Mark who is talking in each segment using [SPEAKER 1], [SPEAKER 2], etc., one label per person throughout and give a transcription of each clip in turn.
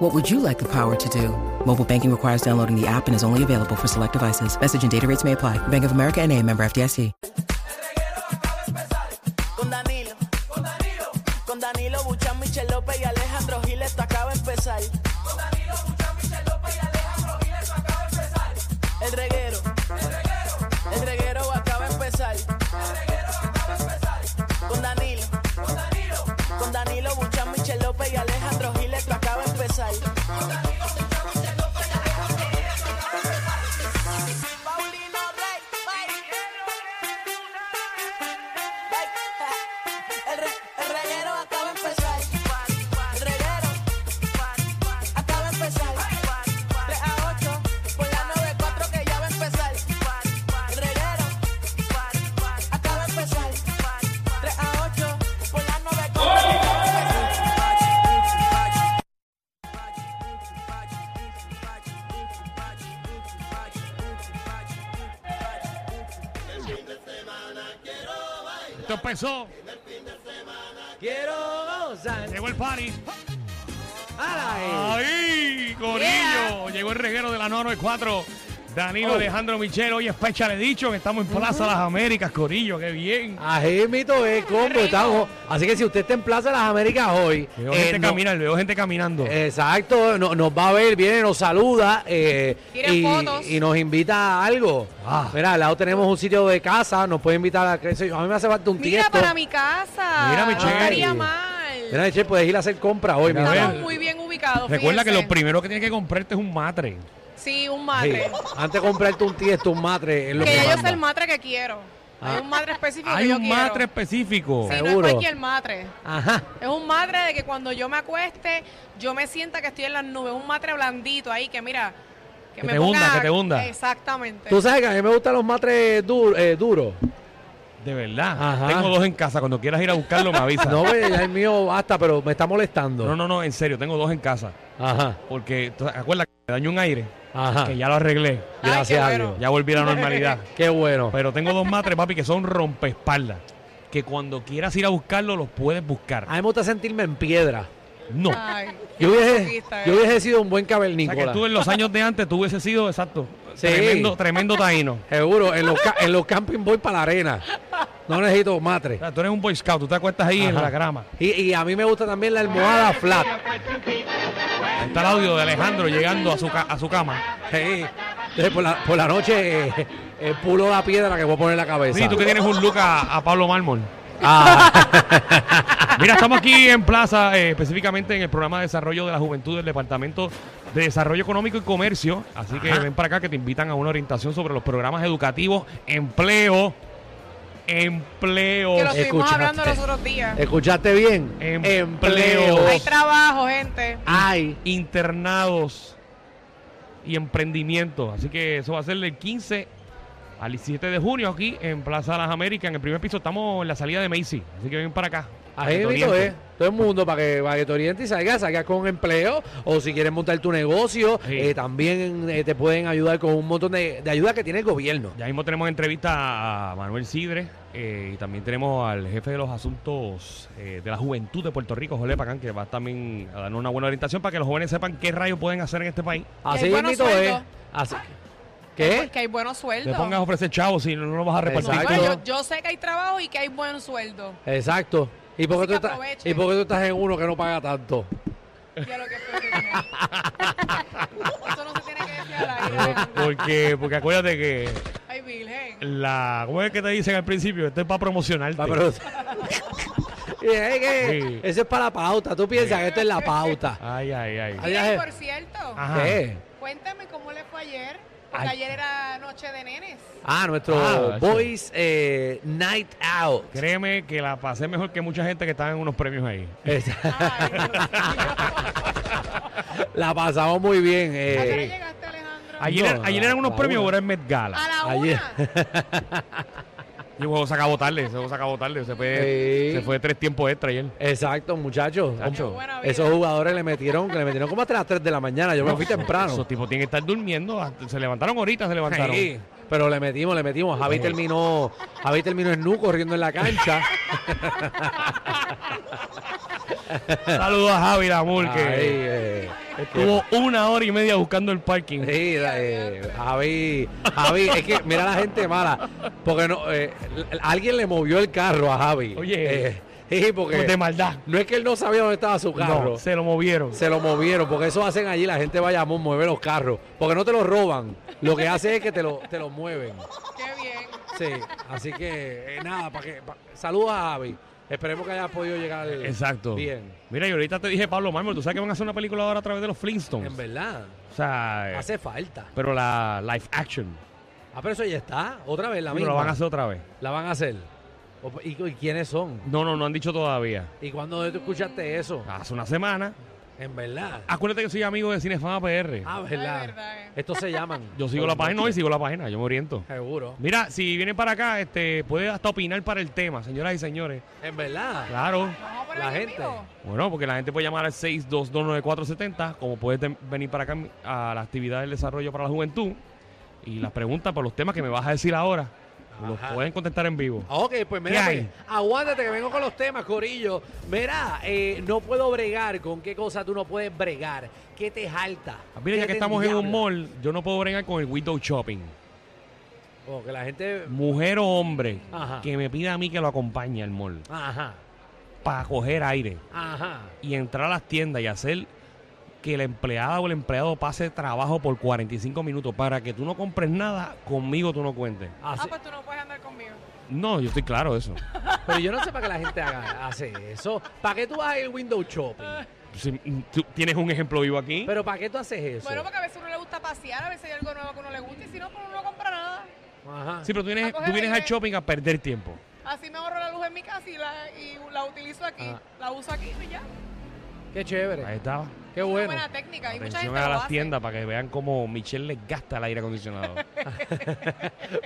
[SPEAKER 1] What would you like the power to do? Mobile banking requires downloading the app and is only available for select devices. Message and data rates may apply. Bank of America and a member FDIC.
[SPEAKER 2] Con Danilo, con Danilo, con Danilo Buchan, Michel López y Alejandro Gil, esto acaba de empezar. Con Danilo Buchan, Michel López y Alejandro Gil, esto acaba de empezar. El reguero, el reguero, el reguero acaba de empezar. El reguero acaba de empezar. Con Danilo, con Danilo, con Danilo Buchan, Michel López y Alejandro Gil, esto acaba de empezar. Con Danilo Buchan, Michel López y Alejandro Gil, esto acaba de empezar. Paulino Rey, El, re, el reguero acaba de empezar. El reguero acaba de empezar. 3 a 8 por la 94 que ya va a empezar. El reguero acaba de empezar. 3 a 8 por la 94 que ya va a empezar.
[SPEAKER 3] Esto empezó,
[SPEAKER 4] Quiero gozar.
[SPEAKER 3] llegó el party.
[SPEAKER 4] ¡Ay!
[SPEAKER 3] ¡Ay, Corillo! Llegó el reguero de la 994. Danilo Alejandro Michel, hoy es Pecha le dicho que estamos en Plaza Las Américas, Corillo, qué bien.
[SPEAKER 4] Ají, mito, es combo. estamos- Así que si usted está en Plaza de las Américas hoy.
[SPEAKER 3] Veo
[SPEAKER 4] eh,
[SPEAKER 3] gente
[SPEAKER 4] no- Eh,
[SPEAKER 3] caminar, veo gente caminando.
[SPEAKER 4] Exacto, no- nos va a ver, viene, nos saluda eh,
[SPEAKER 5] Tiren
[SPEAKER 4] y,
[SPEAKER 5] fotos.
[SPEAKER 4] y nos invita a algo.
[SPEAKER 3] Ah.
[SPEAKER 4] Mira, al lado tenemos un sitio de casa, nos puede invitar a qué sé yo, A mí me hace falta un
[SPEAKER 5] Mira
[SPEAKER 4] tiesto.
[SPEAKER 5] para mi casa.
[SPEAKER 3] Mira,
[SPEAKER 5] no
[SPEAKER 3] Michelle.
[SPEAKER 5] estaría mal.
[SPEAKER 4] Mira, Michelle, puedes ir a hacer compras hoy.
[SPEAKER 3] Mira,
[SPEAKER 4] mi
[SPEAKER 3] a
[SPEAKER 5] Estamos
[SPEAKER 3] ver.
[SPEAKER 4] amor.
[SPEAKER 5] muy bien ubicados.
[SPEAKER 3] Recuerda que
[SPEAKER 5] fíjense.
[SPEAKER 3] lo primero que tienes que comprarte es un matre.
[SPEAKER 5] Sí, un
[SPEAKER 4] Sí,
[SPEAKER 5] matre.
[SPEAKER 4] Antes de comprarte un tiesto, un matre. Es lo
[SPEAKER 5] Que
[SPEAKER 4] que
[SPEAKER 5] ya yo
[SPEAKER 4] manda.
[SPEAKER 5] sé el matre que quiero.
[SPEAKER 4] Ah.
[SPEAKER 5] Hay un matre específico
[SPEAKER 3] Hay
[SPEAKER 5] que yo
[SPEAKER 3] un
[SPEAKER 5] quiero.
[SPEAKER 3] matre específico.
[SPEAKER 5] Sí, no es
[SPEAKER 4] Seguro.
[SPEAKER 5] cualquier matre.
[SPEAKER 4] Ajá.
[SPEAKER 5] Es un matre de que cuando yo me acueste, yo me sienta que estoy en las nubes. Un matre blandito ahí que mira. Que,
[SPEAKER 3] Que
[SPEAKER 5] me
[SPEAKER 3] te
[SPEAKER 5] ponga-
[SPEAKER 3] hunda, que te hunda.
[SPEAKER 5] Exactamente.
[SPEAKER 4] Tú sabes que a mí me gustan los matres du- eh, duros.
[SPEAKER 3] De verdad.
[SPEAKER 4] Ajá.
[SPEAKER 3] Tengo dos en casa. Cuando quieras ir a buscarlo, me avisas.
[SPEAKER 4] No, ve, ya el mío basta, pero me está molestando.
[SPEAKER 3] no, no, no, en serio, tengo dos en casa.
[SPEAKER 4] Ajá,
[SPEAKER 3] Porque, ¿te acuerdas que me dañó un aire?
[SPEAKER 4] ajá.
[SPEAKER 3] Que ya lo arreglé.
[SPEAKER 5] Ay,
[SPEAKER 4] Gracias
[SPEAKER 5] qué
[SPEAKER 4] a
[SPEAKER 5] bueno.
[SPEAKER 4] Dios.
[SPEAKER 3] Ya volví a la normalidad.
[SPEAKER 4] Qué bueno.
[SPEAKER 3] Pero tengo dos matres, papi, que son rompespaldas. Que cuando quieras ir a buscarlo, los puedes buscar.
[SPEAKER 4] A mí me gusta sentirme en piedra.
[SPEAKER 3] No. O
[SPEAKER 5] Ay, qué
[SPEAKER 4] Yo hubiese,
[SPEAKER 5] masoquista,
[SPEAKER 4] yo
[SPEAKER 5] eh.
[SPEAKER 4] hubiese sido un buen
[SPEAKER 3] sea, que
[SPEAKER 4] cavernícola.
[SPEAKER 3] tú en los años de antes, tú hubieses sido, exacto,
[SPEAKER 4] Sí.
[SPEAKER 3] tremendo, tremendo taíno.
[SPEAKER 4] Seguro, en los, ca- en los camping voy para la arena. No necesito
[SPEAKER 3] O
[SPEAKER 4] matre.
[SPEAKER 3] sea, tú eres un boy scout, tú te acuestas ahí en
[SPEAKER 4] Ajá.
[SPEAKER 3] la grama.
[SPEAKER 4] Y, y a mí me gusta también la almohada flat.
[SPEAKER 3] Ahí está el audio de Alejandro llegando a su, ca- a su cama.
[SPEAKER 4] Sí. Entonces por la, por la noche eh, eh, pulo la piedra que voy a poner en la cabeza.
[SPEAKER 3] Sí, tú que tienes un look a, a Pablo Mármol.
[SPEAKER 4] Ah,
[SPEAKER 3] Mira, estamos aquí en Plaza, eh, específicamente en el programa de desarrollo de la juventud del Departamento de Desarrollo Económico y Comercio. Así que
[SPEAKER 4] Ajá.
[SPEAKER 3] ven para acá que te invitan a una orientación sobre los programas educativos, empleo, empleo.
[SPEAKER 5] Que lo estuvimos
[SPEAKER 4] Escucha,
[SPEAKER 5] hablando
[SPEAKER 4] te-
[SPEAKER 5] los otros días.
[SPEAKER 4] ¿Escuchaste bien?
[SPEAKER 3] Empleo.
[SPEAKER 5] Hay
[SPEAKER 4] Empleo.
[SPEAKER 5] trabajo, gente.
[SPEAKER 4] Ay.
[SPEAKER 3] internados y emprendimiento. Así que eso va a ser del 15 al 17 de junio aquí en Plaza Las Américas. En el primer piso estamos en la salida de Macy. Así que ven para acá. para Ah, que
[SPEAKER 4] Ahí
[SPEAKER 3] te
[SPEAKER 4] invito,
[SPEAKER 3] orienten.
[SPEAKER 4] eh, todo el mundo para que, para que te orientes y salgas, salgas con empleo o si quieres montar tu negocio,
[SPEAKER 3] Sí.
[SPEAKER 4] eh, también eh, te pueden ayudar con un montón de, de ayuda que tiene el gobierno.
[SPEAKER 3] Ya mismo tenemos entrevista a Manuel Sidre eh, y también tenemos al jefe de los asuntos eh, de la juventud de Puerto Rico, Jolé Pacán, que va también a darnos una buena orientación para que los jóvenes sepan qué rayos pueden hacer en este país.
[SPEAKER 4] Así
[SPEAKER 5] hay buenos
[SPEAKER 4] invito, eh,
[SPEAKER 5] sueldos.
[SPEAKER 4] así- ¿Qué?
[SPEAKER 5] Que hay buenos
[SPEAKER 3] Te
[SPEAKER 5] sueldos.
[SPEAKER 3] pongas a ofrecer chavos si no, no lo vas a repartir.
[SPEAKER 5] No,
[SPEAKER 4] Exacto.
[SPEAKER 5] bueno, yo, yo sé que hay trabajo y que hay buen sueldo.
[SPEAKER 4] Exacto. ¿Y por, qué tú
[SPEAKER 5] Así que
[SPEAKER 4] estás,
[SPEAKER 5] aprovechen.
[SPEAKER 4] ¿Y por qué tú estás en uno que no paga tanto?
[SPEAKER 5] Ya lo que fue que tenía. Eso no se tiene que decir al aire. Alejandro.
[SPEAKER 3] Eh, Porque, porque acuérdate que
[SPEAKER 5] Ay, virgen.
[SPEAKER 3] la ¿cómo es que te dicen al principio, esto es para promocionarte.
[SPEAKER 4] Va, pero- Y es que
[SPEAKER 3] Sí.
[SPEAKER 4] Eso es para la pauta. Tú piensas que esto es la pauta.
[SPEAKER 3] Ay, ay, ay.
[SPEAKER 4] Ay,
[SPEAKER 5] Mira,
[SPEAKER 4] ay.
[SPEAKER 5] y por cierto,
[SPEAKER 3] Ajá.
[SPEAKER 4] ¿Qué?
[SPEAKER 5] cuéntame cómo le fue ayer. Porque
[SPEAKER 3] Ay.
[SPEAKER 5] ayer era noche de nenes.
[SPEAKER 4] Ah, nuestro
[SPEAKER 3] Ah, sí.
[SPEAKER 4] Boys eh, Night Out.
[SPEAKER 3] Créeme que la pasé mejor que mucha gente que estaba en unos premios ahí.
[SPEAKER 4] Esa-
[SPEAKER 5] Ay, Dios mío.
[SPEAKER 4] la pasamos muy bien. eh.
[SPEAKER 5] ¿A qué hora llegaste, Alejandro?
[SPEAKER 3] Ayer,
[SPEAKER 4] No,
[SPEAKER 3] ayer eran unos
[SPEAKER 4] la
[SPEAKER 3] premios,
[SPEAKER 4] una.
[SPEAKER 3] ahora es Met Gala.
[SPEAKER 5] A la
[SPEAKER 4] ayer.
[SPEAKER 5] una.
[SPEAKER 3] Y el juego se acabó tarde, ese juego se acabó tarde. Se fue,
[SPEAKER 4] Sí.
[SPEAKER 3] se fue tres tiempos extra ayer.
[SPEAKER 4] Exacto, muchachos.
[SPEAKER 3] Muchacho.
[SPEAKER 5] Qué buena vida.
[SPEAKER 4] Esos jugadores le metieron, que le metieron como hasta las 3 de la mañana. Yo me fui temprano.
[SPEAKER 3] Esos tipos tienen que estar durmiendo. hasta- Se levantaron ahorita, se levantaron.
[SPEAKER 4] Sí, Pero le metimos, le metimos. Javi terminó, Javi terminó en nu corriendo en la cancha.
[SPEAKER 3] Saludos a Javi Lamur,
[SPEAKER 4] Ahí,
[SPEAKER 3] que
[SPEAKER 4] eh,
[SPEAKER 3] estuvo una hora y media buscando el parking.
[SPEAKER 4] Sí, eh, Javi, Javi, es que mira la gente mala, porque no, eh, l- alguien le movió el carro a Javi.
[SPEAKER 3] Oye.
[SPEAKER 4] Eh, sí, porque
[SPEAKER 3] De maldad.
[SPEAKER 4] no es que él no sabía dónde estaba su carro,
[SPEAKER 3] No,
[SPEAKER 4] se...
[SPEAKER 3] se lo movieron.
[SPEAKER 4] lo movieron, porque eso hacen allí, la gente vaya a mueve los carros, porque no te los roban, lo que hace es que te lo, te lo mueven.
[SPEAKER 5] Qué bien.
[SPEAKER 4] Sí, así que eh, nada, para que, pa- saludos a Javi, esperemos que haya podido llegar
[SPEAKER 3] Exacto.
[SPEAKER 4] bien.
[SPEAKER 3] Mira, y ahorita te dije Pablo Mármol, tú sabes que van a hacer una película ahora a través de los Flintstones.
[SPEAKER 4] En verdad,
[SPEAKER 3] O sea, eh,
[SPEAKER 4] hace falta.
[SPEAKER 3] pero la live action.
[SPEAKER 4] Ah, pero eso ya está, otra vez la
[SPEAKER 3] Sí, pero
[SPEAKER 4] misma.
[SPEAKER 3] la van a hacer otra vez.
[SPEAKER 4] La van a hacer. O- ¿Y, y quiénes son?
[SPEAKER 3] No, no, no han dicho todavía.
[SPEAKER 4] ¿Y cuándo tú escuchaste eso?
[SPEAKER 3] Hace una semana.
[SPEAKER 4] En verdad.
[SPEAKER 3] Acuérdate que soy amigo de Cinefama PR.
[SPEAKER 4] Ah, verdad.
[SPEAKER 5] Ay, verdad, eh.
[SPEAKER 4] Estos se llaman.
[SPEAKER 3] Yo sigo la página, no, y sigo la página, yo me oriento.
[SPEAKER 4] Seguro.
[SPEAKER 3] Mira, si vienen para acá, este, puede hasta opinar para el tema, señoras y señores.
[SPEAKER 4] En verdad.
[SPEAKER 3] Claro.
[SPEAKER 5] Vamos a poner
[SPEAKER 4] La
[SPEAKER 5] aquí en
[SPEAKER 4] gente.
[SPEAKER 5] vivo.
[SPEAKER 3] Bueno, porque la gente puede llamar al 6229470, como puedes de- venir para acá a la actividad del desarrollo para la juventud. Y las preguntas para los temas que me vas a decir ahora, los
[SPEAKER 4] Ajá.
[SPEAKER 3] pueden contestar en vivo.
[SPEAKER 4] Ah, Ok, pues
[SPEAKER 3] ¿Qué
[SPEAKER 4] mira, pues,
[SPEAKER 3] hay?
[SPEAKER 4] aguántate que vengo con los temas, Corillo. Mira, eh, no puedo bregar. ¿Con qué cosa tú no puedes bregar? ¿Qué te jalta?
[SPEAKER 3] Ah, Mira,
[SPEAKER 4] ¿Qué
[SPEAKER 3] ya que
[SPEAKER 4] te
[SPEAKER 3] estamos en un
[SPEAKER 4] endiabla?
[SPEAKER 3] mall, yo no puedo bregar con el window shopping.
[SPEAKER 4] Como Oh, que la gente.
[SPEAKER 3] Mujer o hombre
[SPEAKER 4] Ajá.
[SPEAKER 3] que me pida a mí que lo acompañe al mall
[SPEAKER 4] Ajá.
[SPEAKER 3] para coger aire
[SPEAKER 4] Ajá.
[SPEAKER 3] y entrar a las tiendas y hacer que la empleada o el empleado pase trabajo por 45 minutos para que tú no compres nada, conmigo tú no cuentes.
[SPEAKER 5] Ah,
[SPEAKER 4] Así-
[SPEAKER 5] pues tú no puedes andar conmigo.
[SPEAKER 3] No, yo estoy claro de eso.
[SPEAKER 4] pero yo no sé para qué la gente haga, hace eso. ¿Para qué tú vas al window shopping?
[SPEAKER 3] Si- tú tienes un ejemplo vivo aquí.
[SPEAKER 4] ¿Pero para qué tú haces eso?
[SPEAKER 5] Bueno, porque a veces a uno le gusta pasear, a veces hay algo nuevo que a uno le gusta y si no, pues uno no compra nada.
[SPEAKER 4] Ajá.
[SPEAKER 3] sí, pero tú vienes,
[SPEAKER 5] a coger
[SPEAKER 3] tú vienes
[SPEAKER 5] aire.
[SPEAKER 3] al shopping a perder tiempo.
[SPEAKER 5] Así me ahorro la luz en mi casa y la, y la utilizo aquí.
[SPEAKER 4] Ah.
[SPEAKER 5] La uso aquí y ya.
[SPEAKER 4] Qué
[SPEAKER 3] Ahí
[SPEAKER 4] chévere.
[SPEAKER 3] estaba.
[SPEAKER 4] Qué
[SPEAKER 5] Una
[SPEAKER 4] bueno.
[SPEAKER 5] buena técnica. Y mucha
[SPEAKER 3] Atención
[SPEAKER 5] gente
[SPEAKER 3] a
[SPEAKER 5] lo
[SPEAKER 3] las
[SPEAKER 5] hace.
[SPEAKER 3] tiendas para que vean cómo Michelle les gasta el aire acondicionado.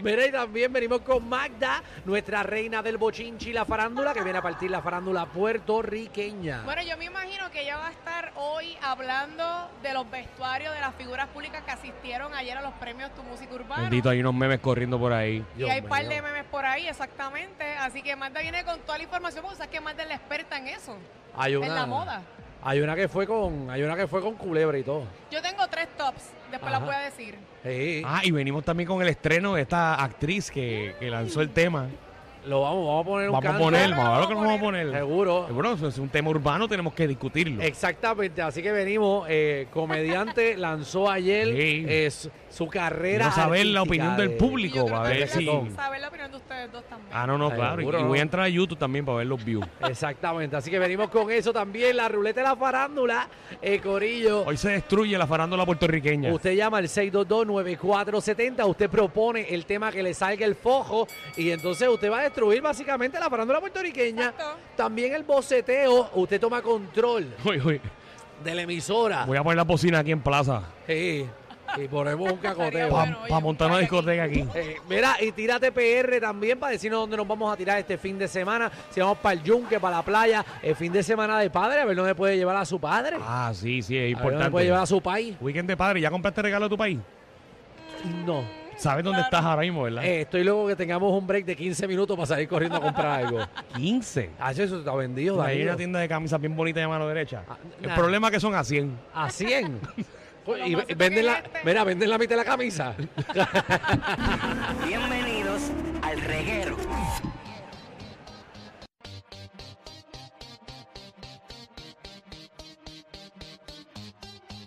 [SPEAKER 4] Mira, y también venimos con Magda, nuestra reina del bochinchi y la farándula, que viene a partir la farándula puertorriqueña.
[SPEAKER 5] Bueno, yo me imagino que ella va a estar hoy hablando de los vestuarios de las figuras públicas que asistieron ayer a los premios Tu Música Urbana.
[SPEAKER 3] Bendito, hay unos memes corriendo por ahí.
[SPEAKER 5] Y hay un par de memes por ahí, exactamente. Así que Magda viene con toda la información, porque sabes que Magda es la experta en eso,
[SPEAKER 4] hay
[SPEAKER 5] en la moda.
[SPEAKER 4] Hay una que fue con, hay una que fue con culebra y todo.
[SPEAKER 5] Yo tengo tres tops, después las
[SPEAKER 4] Ajá.
[SPEAKER 5] voy a decir.
[SPEAKER 4] Sí,
[SPEAKER 3] Ah, y venimos también con el estreno de esta actriz que, que lanzó el tema.
[SPEAKER 4] lo vamos, vamos a poner un
[SPEAKER 3] Vamos a
[SPEAKER 4] canto.
[SPEAKER 3] poner, vamos a ver lo que nos vamos a poner.
[SPEAKER 4] Seguro.
[SPEAKER 3] Bueno, eso es un tema urbano, tenemos que discutirlo.
[SPEAKER 4] Exactamente, así que venimos. eh, comediante lanzó ayer
[SPEAKER 3] Sí.
[SPEAKER 4] eh, su, su carrera.
[SPEAKER 3] Quiero saber la
[SPEAKER 4] artística
[SPEAKER 3] opinión del
[SPEAKER 4] de-
[SPEAKER 5] Y
[SPEAKER 3] público
[SPEAKER 5] yo creo
[SPEAKER 3] para
[SPEAKER 5] que
[SPEAKER 3] ver si...
[SPEAKER 5] también la- saber la opinión de ustedes dos también.
[SPEAKER 3] Ah, no, no, claro. Y,
[SPEAKER 4] Seguro.
[SPEAKER 3] y voy a entrar a YouTube también para ver los views.
[SPEAKER 4] Exactamente, así que venimos con eso también. La ruleta de la farándula, eh, Corillo.
[SPEAKER 3] Hoy se destruye la farándula puertorriqueña.
[SPEAKER 4] Usted llama al 622-9470, usted propone el tema que le salga el fojo y entonces usted va a destruir básicamente la farándula puertorriqueña.
[SPEAKER 5] Exacto.
[SPEAKER 4] También el boceteo, usted toma control
[SPEAKER 3] Uy, uy.
[SPEAKER 4] de la emisora.
[SPEAKER 3] Voy a poner la bocina aquí en plaza.
[SPEAKER 4] Sí, y ponemos un
[SPEAKER 5] Estaría
[SPEAKER 4] cacoteo.
[SPEAKER 5] bueno.
[SPEAKER 3] Para
[SPEAKER 5] oye,
[SPEAKER 3] montar una
[SPEAKER 5] vaya aquí.
[SPEAKER 3] discoteca aquí.
[SPEAKER 4] Eh, mira, y tírate PR también para decirnos dónde nos vamos a tirar este fin de semana. Si vamos para el yunque, para la playa, el fin de semana de padre, a ver dónde puede llevar a su padre.
[SPEAKER 3] Ah, sí, sí, es
[SPEAKER 4] A ver dónde
[SPEAKER 3] importante.
[SPEAKER 4] puede llevar a su país.
[SPEAKER 3] Weekend de padre, ¿ya compraste regalo de tu país?
[SPEAKER 4] No.
[SPEAKER 3] ¿Sabes dónde estás ahora mismo, verdad?
[SPEAKER 4] Eh, estoy luego que tengamos un break de 15 minutos para salir corriendo a comprar algo.
[SPEAKER 3] 15.
[SPEAKER 4] Ah, eso está vendido,
[SPEAKER 3] Hay
[SPEAKER 4] Danilo.
[SPEAKER 3] una tienda de camisas bien bonita de mano derecha.
[SPEAKER 4] Ah,
[SPEAKER 3] El
[SPEAKER 4] nah.
[SPEAKER 3] problema es que son a 100.
[SPEAKER 4] A 100.
[SPEAKER 5] Lo
[SPEAKER 4] y
[SPEAKER 5] más este.
[SPEAKER 4] ve- venden la,
[SPEAKER 5] inteligente.
[SPEAKER 4] mira, venden la mitad de la camisa.
[SPEAKER 2] Bienvenidos al reguero.